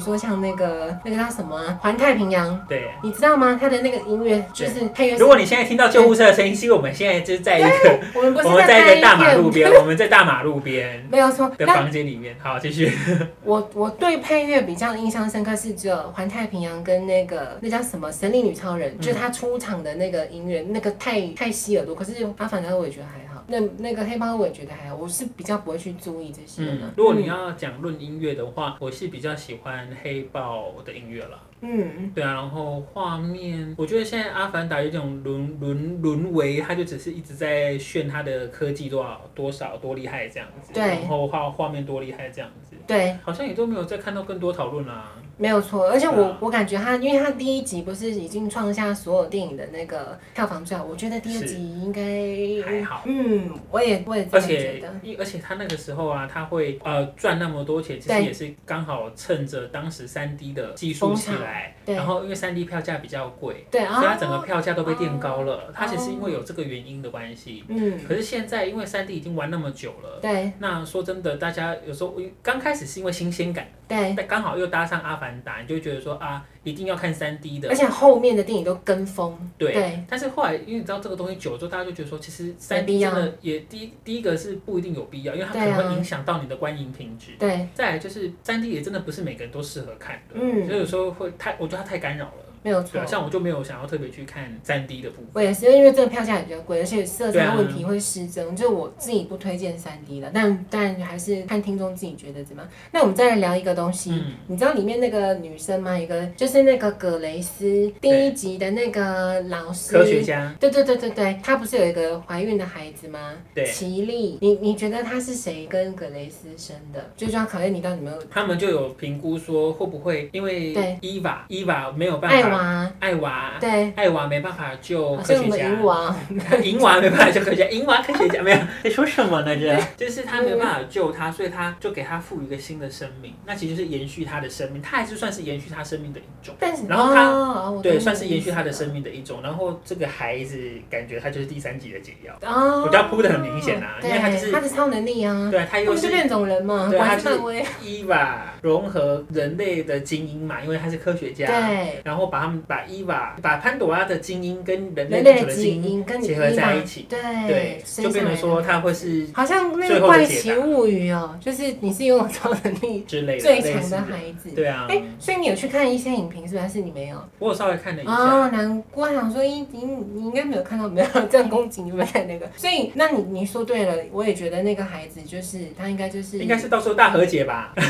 [SPEAKER 1] 说像那个那个叫什么啊、环太平洋》，
[SPEAKER 2] 对。
[SPEAKER 1] 你知道吗？它的那个音乐就是配乐是。
[SPEAKER 2] 如果你现在听到救护车的声音，是因为我们现在就是在一个
[SPEAKER 1] 我们不是
[SPEAKER 2] 我们在
[SPEAKER 1] 拍
[SPEAKER 2] 一个大马路
[SPEAKER 1] 片
[SPEAKER 2] 边，我们在大马路边
[SPEAKER 1] 没有错。
[SPEAKER 2] 的
[SPEAKER 1] 那
[SPEAKER 2] 房间里面。好，继续。
[SPEAKER 1] 我我对配乐比较印象深刻是只有《环太平洋》跟那个那叫什么《神力女超
[SPEAKER 2] 嗯
[SPEAKER 1] 人》，就是她出场的那个音乐，那个太太吸耳朵。可是《阿凡达》我也觉得还好，那那个黑帮我也觉得还好，我是比较不会去注意这些的
[SPEAKER 2] 嗯。，如果你
[SPEAKER 1] 嗯
[SPEAKER 2] 要讲论音乐的话，我是比较喜欢黑豹的音乐啦。
[SPEAKER 1] 嗯
[SPEAKER 2] 对啊，然后画面，我觉得现在《阿凡达》有一种沦沦沦为，它就只是一直在炫它的科技多少多少多厉害这样子，
[SPEAKER 1] 对
[SPEAKER 2] 然后画画面多厉害这样子，
[SPEAKER 1] 对，
[SPEAKER 2] 好像也都没有再看到更多讨论啦。
[SPEAKER 1] 没有错，而且
[SPEAKER 2] 对
[SPEAKER 1] 我
[SPEAKER 2] 啊
[SPEAKER 1] 我感觉他，因为他第一集不是已经创下所有电影的那个票房最好，我觉得第二
[SPEAKER 2] 是
[SPEAKER 1] 集应该
[SPEAKER 2] 还好
[SPEAKER 1] 嗯，我也我也这
[SPEAKER 2] 而
[SPEAKER 1] 么觉
[SPEAKER 2] 且
[SPEAKER 1] 得。，
[SPEAKER 2] 一而且他那个时候啊，他会呃赚那么多钱，其实
[SPEAKER 1] 对
[SPEAKER 2] 也是刚好趁着当时三 D 的技术
[SPEAKER 1] 风
[SPEAKER 2] 起
[SPEAKER 1] 潮
[SPEAKER 2] 来，
[SPEAKER 1] 对
[SPEAKER 2] 然后因为三 D 票价比较贵，
[SPEAKER 1] 对哦
[SPEAKER 2] 所以它
[SPEAKER 1] 啊，
[SPEAKER 2] 整个票价都被垫高了。它其实因为有这个原因的关系，
[SPEAKER 1] 嗯，
[SPEAKER 2] 可是现在因为三 D 已经玩那么久了。
[SPEAKER 1] 对
[SPEAKER 2] 那说真的，大家有时候刚开始是因为新鲜感，
[SPEAKER 1] 对，
[SPEAKER 2] 但刚好又搭上《阿凡达》，你就会觉得说啊，一定要看三 D 的
[SPEAKER 1] 而。且后面的电影都跟风，
[SPEAKER 2] 对，
[SPEAKER 1] 对
[SPEAKER 2] 但是后来因为你知道这个东西久了之后，大家就觉得说，其实
[SPEAKER 1] 没
[SPEAKER 2] 三
[SPEAKER 1] 必
[SPEAKER 2] D
[SPEAKER 1] 要
[SPEAKER 2] 真的也第一第一个是不一定有必要，因为它可
[SPEAKER 1] 对啊
[SPEAKER 2] 能会影响到你的观影品质。
[SPEAKER 1] 对，
[SPEAKER 2] 再来就是三 D 也真的不是每个人都适合看的，
[SPEAKER 1] 嗯
[SPEAKER 2] 所以有时候会太，我觉得它太干扰了。
[SPEAKER 1] 没有
[SPEAKER 2] 对
[SPEAKER 1] 错
[SPEAKER 2] 啊，。像我就没有想要特别去看三 D 的部分。
[SPEAKER 1] 我也是，因为这个票价也比较贵，而且色
[SPEAKER 2] 对
[SPEAKER 1] 差
[SPEAKER 2] 啊
[SPEAKER 1] 问题会失真，就我自己不推荐三 D 的，但但还是看听众自己觉得怎么样。那我们再来聊一个东西，
[SPEAKER 2] 嗯
[SPEAKER 1] 你知道里面那个女生吗？一个就是那个葛雷斯第一集的那个老师，
[SPEAKER 2] 科学家，
[SPEAKER 1] 对对对对对，她不是有一个怀孕的孩子吗？
[SPEAKER 2] 对
[SPEAKER 1] 奇丽，你你觉得她是谁跟葛雷斯生的？就是要考验你到底有没有
[SPEAKER 2] 他们就有评估说会不会因为
[SPEAKER 1] 对
[SPEAKER 2] 伊娃，伊娃没有办
[SPEAKER 1] 爱
[SPEAKER 2] 法，
[SPEAKER 1] 娃，
[SPEAKER 2] 艾娃，
[SPEAKER 1] 对，
[SPEAKER 2] 艾娃没办法救
[SPEAKER 1] 好
[SPEAKER 2] 科
[SPEAKER 1] 像啊我
[SPEAKER 2] 学
[SPEAKER 1] 们
[SPEAKER 2] 家
[SPEAKER 1] 银，娃，哎
[SPEAKER 2] 银娃没办法救科学家，银娃科学 家没有在说什么呢？这就是他没有办法救他，所以他就给他赋予一个新的生命，那其实就是延续他的生命，他还是算是延续他生命的一种。
[SPEAKER 1] 但是
[SPEAKER 2] 然后她
[SPEAKER 1] 哦我懂
[SPEAKER 2] 对，
[SPEAKER 1] 你
[SPEAKER 2] 算是延续他的
[SPEAKER 1] 意思了
[SPEAKER 2] 生命的一种。然后这个孩子感觉他就是第三集的解药，
[SPEAKER 1] 哦，
[SPEAKER 2] 我觉得他铺得很明显啊
[SPEAKER 1] 对
[SPEAKER 2] 因为他就是
[SPEAKER 1] 他的超能力啊，
[SPEAKER 2] 对，他
[SPEAKER 1] 他
[SPEAKER 2] 又
[SPEAKER 1] 们是
[SPEAKER 2] 是
[SPEAKER 1] 变种人嘛，
[SPEAKER 2] 对
[SPEAKER 1] 果
[SPEAKER 2] 他
[SPEAKER 1] 然
[SPEAKER 2] 就是
[SPEAKER 1] 漫威，
[SPEAKER 2] 伊娃融合人类的精英嘛，因为他是科学家，
[SPEAKER 1] 对，
[SPEAKER 2] 然后把他们把伊娃把潘朵拉的精英跟人类
[SPEAKER 1] 人
[SPEAKER 2] 变
[SPEAKER 1] 类
[SPEAKER 2] 种
[SPEAKER 1] 的
[SPEAKER 2] 的
[SPEAKER 1] 基
[SPEAKER 2] 精英
[SPEAKER 1] 因跟你
[SPEAKER 2] 结合在
[SPEAKER 1] 一
[SPEAKER 2] 一起
[SPEAKER 1] 般对
[SPEAKER 2] 对，，就变成
[SPEAKER 1] 生
[SPEAKER 2] 说
[SPEAKER 1] 下来的
[SPEAKER 2] 他会是
[SPEAKER 1] 好像那个
[SPEAKER 2] 最
[SPEAKER 1] 《
[SPEAKER 2] 后的
[SPEAKER 1] 怪
[SPEAKER 2] 解答
[SPEAKER 1] 奇物语》哦，就是你是拥有超能力
[SPEAKER 2] 之类的
[SPEAKER 1] 最
[SPEAKER 2] 类
[SPEAKER 1] 强
[SPEAKER 2] 似
[SPEAKER 1] 的孩子，
[SPEAKER 2] 对啊，
[SPEAKER 1] 哎，所以你有去看一些影评是吧？还是你没有？
[SPEAKER 2] 我有稍微看了一下，
[SPEAKER 1] 哦，难怪想说你你你应该没有看到没有这样攻击你们 那个，所以那你你说对了，我也觉得那个孩子就是他应该就是
[SPEAKER 2] 应该是到时候大和解吧，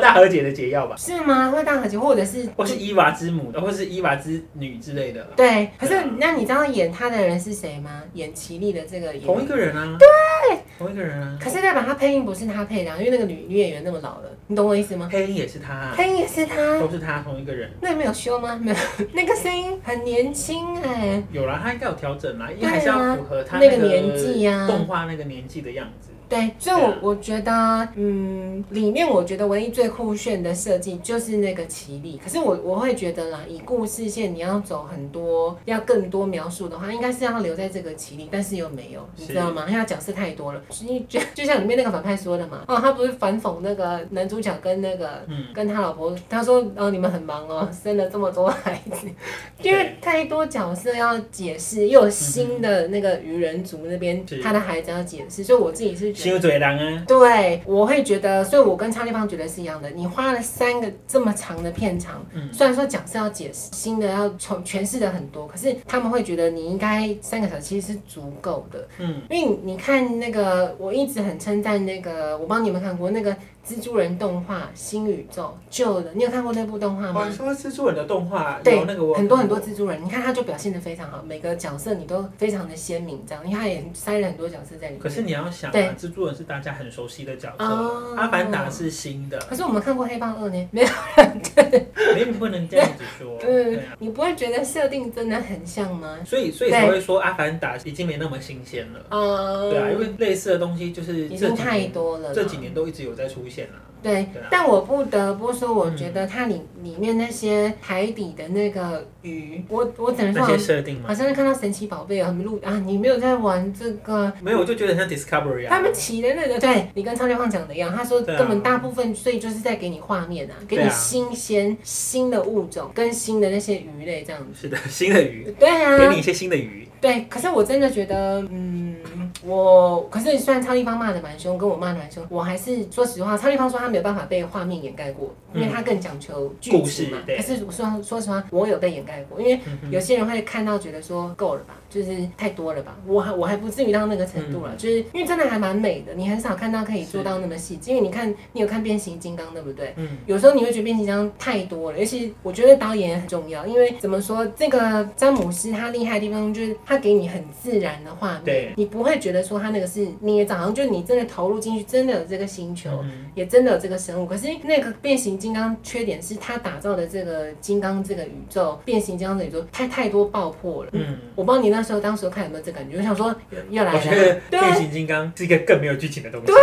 [SPEAKER 2] 大和解的解药吧，
[SPEAKER 1] 是吗？会大合集或者是
[SPEAKER 2] 或是伊娃之母，哦或是伊娃之女之类的，
[SPEAKER 1] 对，可是
[SPEAKER 2] 对啊
[SPEAKER 1] 那你知道演他的人是谁吗？演奇力的这个演
[SPEAKER 2] 同一个人啊，对，同一个人啊，
[SPEAKER 1] 可是代表他配音不是他配的啊、因为那个女女演员那么老了，你懂我意思吗？
[SPEAKER 2] 配音也是他啊，
[SPEAKER 1] 配音也是他
[SPEAKER 2] 都，是他同一个人。
[SPEAKER 1] 那没有修吗？没有， 那个声音很年轻哎、
[SPEAKER 2] 有啦，他应该有调整啦，因为
[SPEAKER 1] 对啊
[SPEAKER 2] 还是要符合他
[SPEAKER 1] 那个年纪啊
[SPEAKER 2] 动画那个年纪的样子。
[SPEAKER 1] 对，所以我
[SPEAKER 2] 对啊
[SPEAKER 1] 我觉得，嗯，里面我觉得唯一最酷炫的设计就是那个奇力。可是我我会觉得啦，以故事线你要走很多，要更多描述的话，应该是要留在这个奇力，但是又没有，你
[SPEAKER 2] 是
[SPEAKER 1] 知道吗？因为他角色太多了，因为就就像里面那个反派说的嘛，哦，他不是反讽那个男主角跟那个
[SPEAKER 2] 嗯，
[SPEAKER 1] 跟他老婆，他说：“哦，你们很忙 哦，生了这么多孩子，因为太多角色要解释，又有新的那个愚人族那边
[SPEAKER 2] 是
[SPEAKER 1] 他的孩子要解释，所以我自己是觉
[SPEAKER 2] 修嘴狼啊，
[SPEAKER 1] 对，我会觉得，所以我跟超立方觉得是一样的。你花了三个这么长的片长，
[SPEAKER 2] 嗯
[SPEAKER 1] 虽然说讲是要解释新的，要从诠释的很多，可是他们会觉得你应该三个小时其实是足够的。
[SPEAKER 2] 嗯，
[SPEAKER 1] 因为你看那个，我一直很称赞那个，我帮你们看过那个蜘蛛人动画《新宇宙》旧的，你有看过那部动画
[SPEAKER 2] 我
[SPEAKER 1] 吗？
[SPEAKER 2] 哦说蜘蛛人的动画
[SPEAKER 1] 对
[SPEAKER 2] 有那个我
[SPEAKER 1] 很多很多蜘蛛人，你看他就表现的非常好，每个角色你都非常的鲜明，这样，因为他也塞了很多角色在里面。
[SPEAKER 2] 可是你要想、
[SPEAKER 1] 对
[SPEAKER 2] 啊，蜘蛛人是大家很熟悉的角色，
[SPEAKER 1] 哦
[SPEAKER 2] 阿凡达是新的，
[SPEAKER 1] 可是我们看过《黑豹二》呢，没有，
[SPEAKER 2] 你不能这样子 说。对
[SPEAKER 1] 嗯
[SPEAKER 2] 啊，
[SPEAKER 1] 你不会觉得设定真的很像吗？
[SPEAKER 2] 所以，所以
[SPEAKER 1] 对
[SPEAKER 2] 才会说《阿凡达》已经没那么新鲜了，
[SPEAKER 1] 嗯，
[SPEAKER 2] 对啊，因为类似的东西就是
[SPEAKER 1] 已
[SPEAKER 2] 这
[SPEAKER 1] 经
[SPEAKER 2] 几
[SPEAKER 1] 太
[SPEAKER 2] 年
[SPEAKER 1] 多了啦。
[SPEAKER 2] 这几年都一直有在出现啊。
[SPEAKER 1] 对
[SPEAKER 2] 对啊，嗯
[SPEAKER 1] 但我不得不说，我觉得它里里面那些海底的那个鱼，我我只能说
[SPEAKER 2] 那
[SPEAKER 1] 好
[SPEAKER 2] 些
[SPEAKER 1] 像
[SPEAKER 2] 设定嘛
[SPEAKER 1] 好，像是看到神奇宝贝有很录啊，你没有在玩这个。
[SPEAKER 2] 没有，我就觉得很像 Discovery 啊。
[SPEAKER 1] 嗯他们起的那个，对你跟超立方讲的一样，他说
[SPEAKER 2] 对啊
[SPEAKER 1] 根本大部分，所以就是在给你画面啊，给
[SPEAKER 2] 对
[SPEAKER 1] 你
[SPEAKER 2] 啊
[SPEAKER 1] 新鲜、新的物种跟新的那些鱼类这样子。
[SPEAKER 2] 是的，新的鱼，
[SPEAKER 1] 对啊，
[SPEAKER 2] 给你一些新的鱼。
[SPEAKER 1] 对，可是我真的觉得，嗯，我可是虽然超立方骂的蛮凶，跟我骂的蛮凶，我还是说实话，超立方说他没有办法被画面掩盖过，因为他更讲求剧
[SPEAKER 2] 故事
[SPEAKER 1] 情嘛。
[SPEAKER 2] 对
[SPEAKER 1] 可是我说说实话，我有被掩盖过，因为
[SPEAKER 2] 嗯哼
[SPEAKER 1] 有些人会看到觉得说够了吧，就是太多了吧，我还我还不至于到那个程
[SPEAKER 2] 嗯
[SPEAKER 1] 度了，就是因为真的还蛮美的，你很少看到可以做到那么细致，因为你看你有看变形金刚对不对？
[SPEAKER 2] 嗯，
[SPEAKER 1] 有时候你会觉得变形金刚太多了，而且我觉得导演也很重要，因为怎么说，这个詹姆斯他厉害的地方就是他给你很自然的画
[SPEAKER 2] 对
[SPEAKER 1] 面，你不会觉得说他那个是捏造，好像就是你真的投入进去，真的有这个星球。
[SPEAKER 2] 嗯
[SPEAKER 1] 也真的有这个生物，可是那个变形金刚缺点是他打造的这个金刚这个宇宙，变形金刚的宇宙太太多爆破了。
[SPEAKER 2] 嗯，
[SPEAKER 1] 我不知道你那时候当时看有没有这感觉，我想说又来
[SPEAKER 2] 我
[SPEAKER 1] 了，
[SPEAKER 2] 觉得
[SPEAKER 1] 对
[SPEAKER 2] 变形金刚是一个更没有剧情的东西。哦对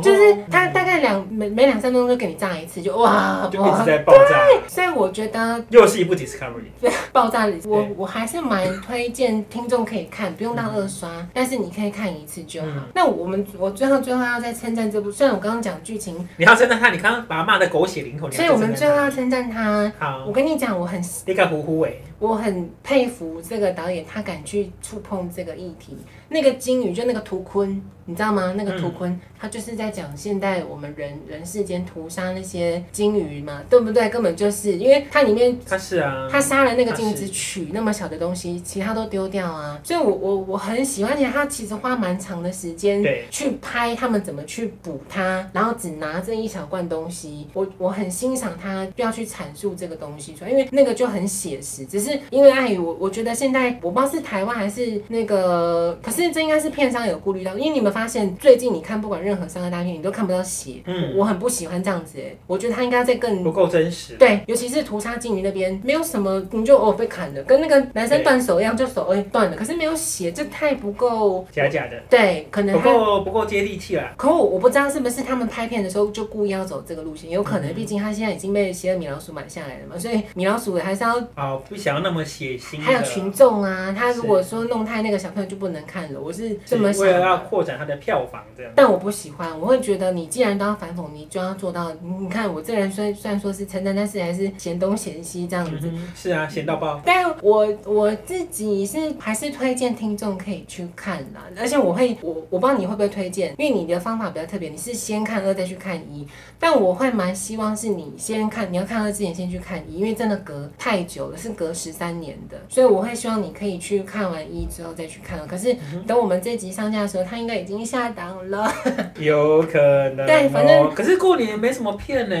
[SPEAKER 1] 就是他大概两每每两三分钟就给你炸一次，就哇
[SPEAKER 2] 就一直
[SPEAKER 1] 哇。
[SPEAKER 2] 在爆炸，
[SPEAKER 1] 所以我觉得
[SPEAKER 2] 又是一部 Discovery。
[SPEAKER 1] 爆炸里，我
[SPEAKER 2] 对
[SPEAKER 1] 我还是蛮推荐听众可以看，不用到二刷，但是你可以看一次就好。
[SPEAKER 2] 嗯
[SPEAKER 1] 那我们我最后最后要再称赞这部，虽然我刚刚讲剧情，
[SPEAKER 2] 你要称赞他，你刚刚把他骂的狗血淋头，你
[SPEAKER 1] 所
[SPEAKER 2] 要
[SPEAKER 1] 以我们
[SPEAKER 2] 称
[SPEAKER 1] 最后要
[SPEAKER 2] 赞
[SPEAKER 1] 称赞他。
[SPEAKER 2] 他好
[SPEAKER 1] 我，跟你讲，我很
[SPEAKER 2] 立刻呼呼尾，
[SPEAKER 1] 我很佩服这个导演，他敢去触碰这个议题。那个金鱼就那个图坤，你知道吗？那个图坤，他就是在讲现代我们人人世间屠杀那些金鱼嘛，对不对？根本就是因为它里面
[SPEAKER 2] 他是啊，
[SPEAKER 1] 他杀了那个
[SPEAKER 2] 他
[SPEAKER 1] 镜
[SPEAKER 2] 是
[SPEAKER 1] 子取那么小的东西，其他都丢掉啊。所以我我我很喜欢，而且他其实花蛮长的时间
[SPEAKER 2] 对
[SPEAKER 1] 去拍他们怎么去补它，然后只拿这一小罐东西。我我很欣赏他要去阐述这个东西出来，因为那个就很写实。只是因为碍于我，我觉得现在我不知道是台湾还是那个，可是这应该是片商有顾虑到，因为你们发现最近你看不管任何商业大片，你都看不到血。
[SPEAKER 2] 嗯
[SPEAKER 1] 我很不喜欢这样子、欸，我觉得他应该再更
[SPEAKER 2] 不够真实。
[SPEAKER 1] 对，尤其是屠杀鲸鱼那边，没有什么，你就哦被砍了，跟那个男生断手一样，就手哎断了，可是没有血，这太不够。
[SPEAKER 2] 假假的，
[SPEAKER 1] 对，可能
[SPEAKER 2] 不
[SPEAKER 1] 他。
[SPEAKER 2] 够不够接地气啦。
[SPEAKER 1] 可我我不知道是不是他们拍片的时候就故意要走这个路线，有可
[SPEAKER 2] 嗯
[SPEAKER 1] 能，毕竟他现在已经被邪恶米老鼠买下来了嘛，所以米老鼠还是要
[SPEAKER 2] 啊，不想要那么血腥的。
[SPEAKER 1] 还有群众啊，他如果说弄太那个小朋友就不能看了，我是这么
[SPEAKER 2] 是
[SPEAKER 1] 想
[SPEAKER 2] 为了要
[SPEAKER 1] 的。
[SPEAKER 2] 扩展它的票房这样。
[SPEAKER 1] 但我不喜欢，我会觉得你既然都要反讽，你就要做到。你看我这人虽虽然说是称赞，但是还是嫌东嫌西这样子
[SPEAKER 2] 嗯。哼，是啊，咸到爆。
[SPEAKER 1] 但我我自己是还是推荐听众可以去看啦，而且我会我我不知道你会不会推荐，因为你的方法比较特别，你是先看二再去看一，但我会蛮希望是你先看，你要看二之前先去看一，因为真的隔太久了，是隔十三年的，所以我会希望你可以去看完一之后再去看了。可是等我们这集上架的时候，它应该已经下档了，
[SPEAKER 2] 有可能、哦。
[SPEAKER 1] 对反正
[SPEAKER 2] 可是过年没什么片呢、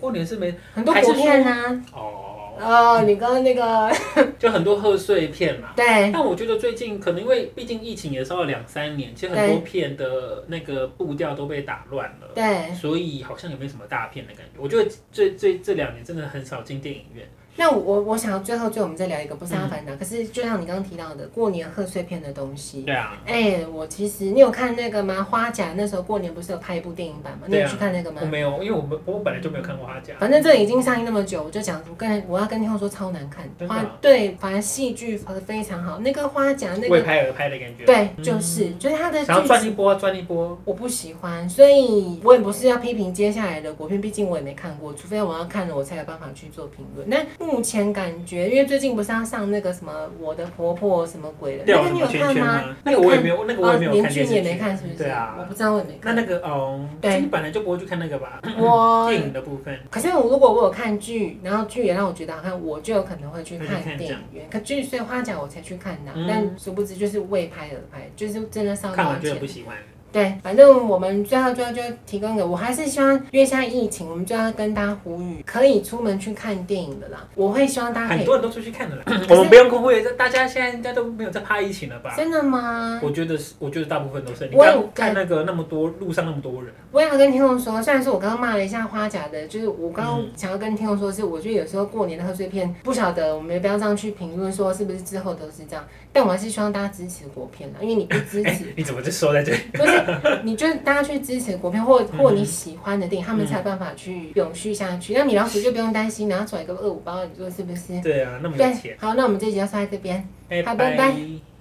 [SPEAKER 2] 过年是没
[SPEAKER 1] 很多国片啊，
[SPEAKER 2] 哦，
[SPEAKER 1] 哦，你刚刚那个
[SPEAKER 2] 就很多贺岁片嘛。
[SPEAKER 1] 对。
[SPEAKER 2] 但我觉得最近可能因为毕竟疫情也烧了两三年，其实很多
[SPEAKER 1] 对
[SPEAKER 2] 片的那个步调都被打乱了。
[SPEAKER 1] 对，
[SPEAKER 2] 所以好像也没什么大片的感觉。我觉得这这这两年真的很少进电影院。
[SPEAKER 1] 那我我想要最后最后我们再聊一个不是阿
[SPEAKER 2] 嗯
[SPEAKER 1] 凡达，可是就像你刚刚提到的过年贺岁片的东西。
[SPEAKER 2] 对啊，
[SPEAKER 1] 哎、我其实你有看那个吗？花甲那时候过年不是有拍一部电影版吗？你
[SPEAKER 2] 对啊
[SPEAKER 1] 有去看那个吗
[SPEAKER 2] 我？没有，因为我们我本来就没有看过他家。
[SPEAKER 1] 反正这已经上映那么久，我就讲，我跟我要跟听众说超难看。
[SPEAKER 2] 真的
[SPEAKER 1] 花
[SPEAKER 2] 啊
[SPEAKER 1] 对，反正戏剧拍的非常好。那个花甲那
[SPEAKER 2] 为
[SPEAKER 1] 个
[SPEAKER 2] 拍而拍的感觉。
[SPEAKER 1] 对，
[SPEAKER 2] 嗯
[SPEAKER 1] 就是、就是他的
[SPEAKER 2] 想要
[SPEAKER 1] 剧
[SPEAKER 2] 赚一
[SPEAKER 1] 情
[SPEAKER 2] 波，赚一波。
[SPEAKER 1] 我不喜欢，所以我也不是要批评接下来的国片，毕竟我也没看过，除非我要看了我才有办法去做评论。那目前感觉，因为最近不是要上那个什么我的婆婆什么鬼的，
[SPEAKER 2] 掉
[SPEAKER 1] 那个你
[SPEAKER 2] 了什么
[SPEAKER 1] 有
[SPEAKER 2] 圈
[SPEAKER 1] 看
[SPEAKER 2] 圈
[SPEAKER 1] 吗？哦
[SPEAKER 2] 吗？那个我也没有，那个我也没有
[SPEAKER 1] 连
[SPEAKER 2] 看电
[SPEAKER 1] 剧
[SPEAKER 2] 视
[SPEAKER 1] 你
[SPEAKER 2] 剧。
[SPEAKER 1] 也没看是不是？
[SPEAKER 2] 对啊
[SPEAKER 1] 我不知道我也没
[SPEAKER 2] 那
[SPEAKER 1] 看。
[SPEAKER 2] 那个哦，
[SPEAKER 1] 对哦
[SPEAKER 2] 就你本来就不会去看那个吧？
[SPEAKER 1] 我
[SPEAKER 2] 电影的部分，
[SPEAKER 1] 可是我如果我有看剧，然后剧也让我觉得好看，我就有可能会去
[SPEAKER 2] 会去
[SPEAKER 1] 看
[SPEAKER 2] 看
[SPEAKER 1] 电影院。可剧虽花奖我才去看的、
[SPEAKER 2] 嗯
[SPEAKER 1] 但殊不知就是为拍而拍，就是真的上
[SPEAKER 2] 看
[SPEAKER 1] 花
[SPEAKER 2] 完觉
[SPEAKER 1] 钱
[SPEAKER 2] 得不。喜欢。
[SPEAKER 1] 对，反正我们最后最后就提供给我，还是希望，因为现在疫情，我们就要跟大家呼吁，可以出门去看电影的啦。我会希望大家可
[SPEAKER 2] 很
[SPEAKER 1] 以
[SPEAKER 2] 多人都出去看的啦，
[SPEAKER 1] 是
[SPEAKER 2] 我们不用空会，大家现在应该都没有在怕疫情了吧？
[SPEAKER 1] 真的吗？
[SPEAKER 2] 我觉得是，我觉得大部分都是。你
[SPEAKER 1] 我有
[SPEAKER 2] 看看那个那么多路上那么多人，
[SPEAKER 1] 我想跟听众说，虽然说我刚刚骂了一下花甲的，就是我刚刚想要跟听众说的是，我觉得有时候过年的贺岁片，不晓得我们也不要这样去评论说是不是之后都是这样，但我还是希望大家支持国片啦，因为你不支
[SPEAKER 2] 哎 ，
[SPEAKER 1] 持，
[SPEAKER 2] 你怎么就说在这里？
[SPEAKER 1] 就是你就是大家去支持国片或或
[SPEAKER 2] 嗯
[SPEAKER 1] 你喜欢的电影，他们才有办法去永续下去。那米老鼠就不用担心，然后出来个二五八，你说是不是？
[SPEAKER 2] 对啊，那么有
[SPEAKER 1] 对
[SPEAKER 2] 钱，，
[SPEAKER 1] 好，那我们这集就算在这边。
[SPEAKER 2] 哎，
[SPEAKER 1] 好拜
[SPEAKER 2] 拜
[SPEAKER 1] 拜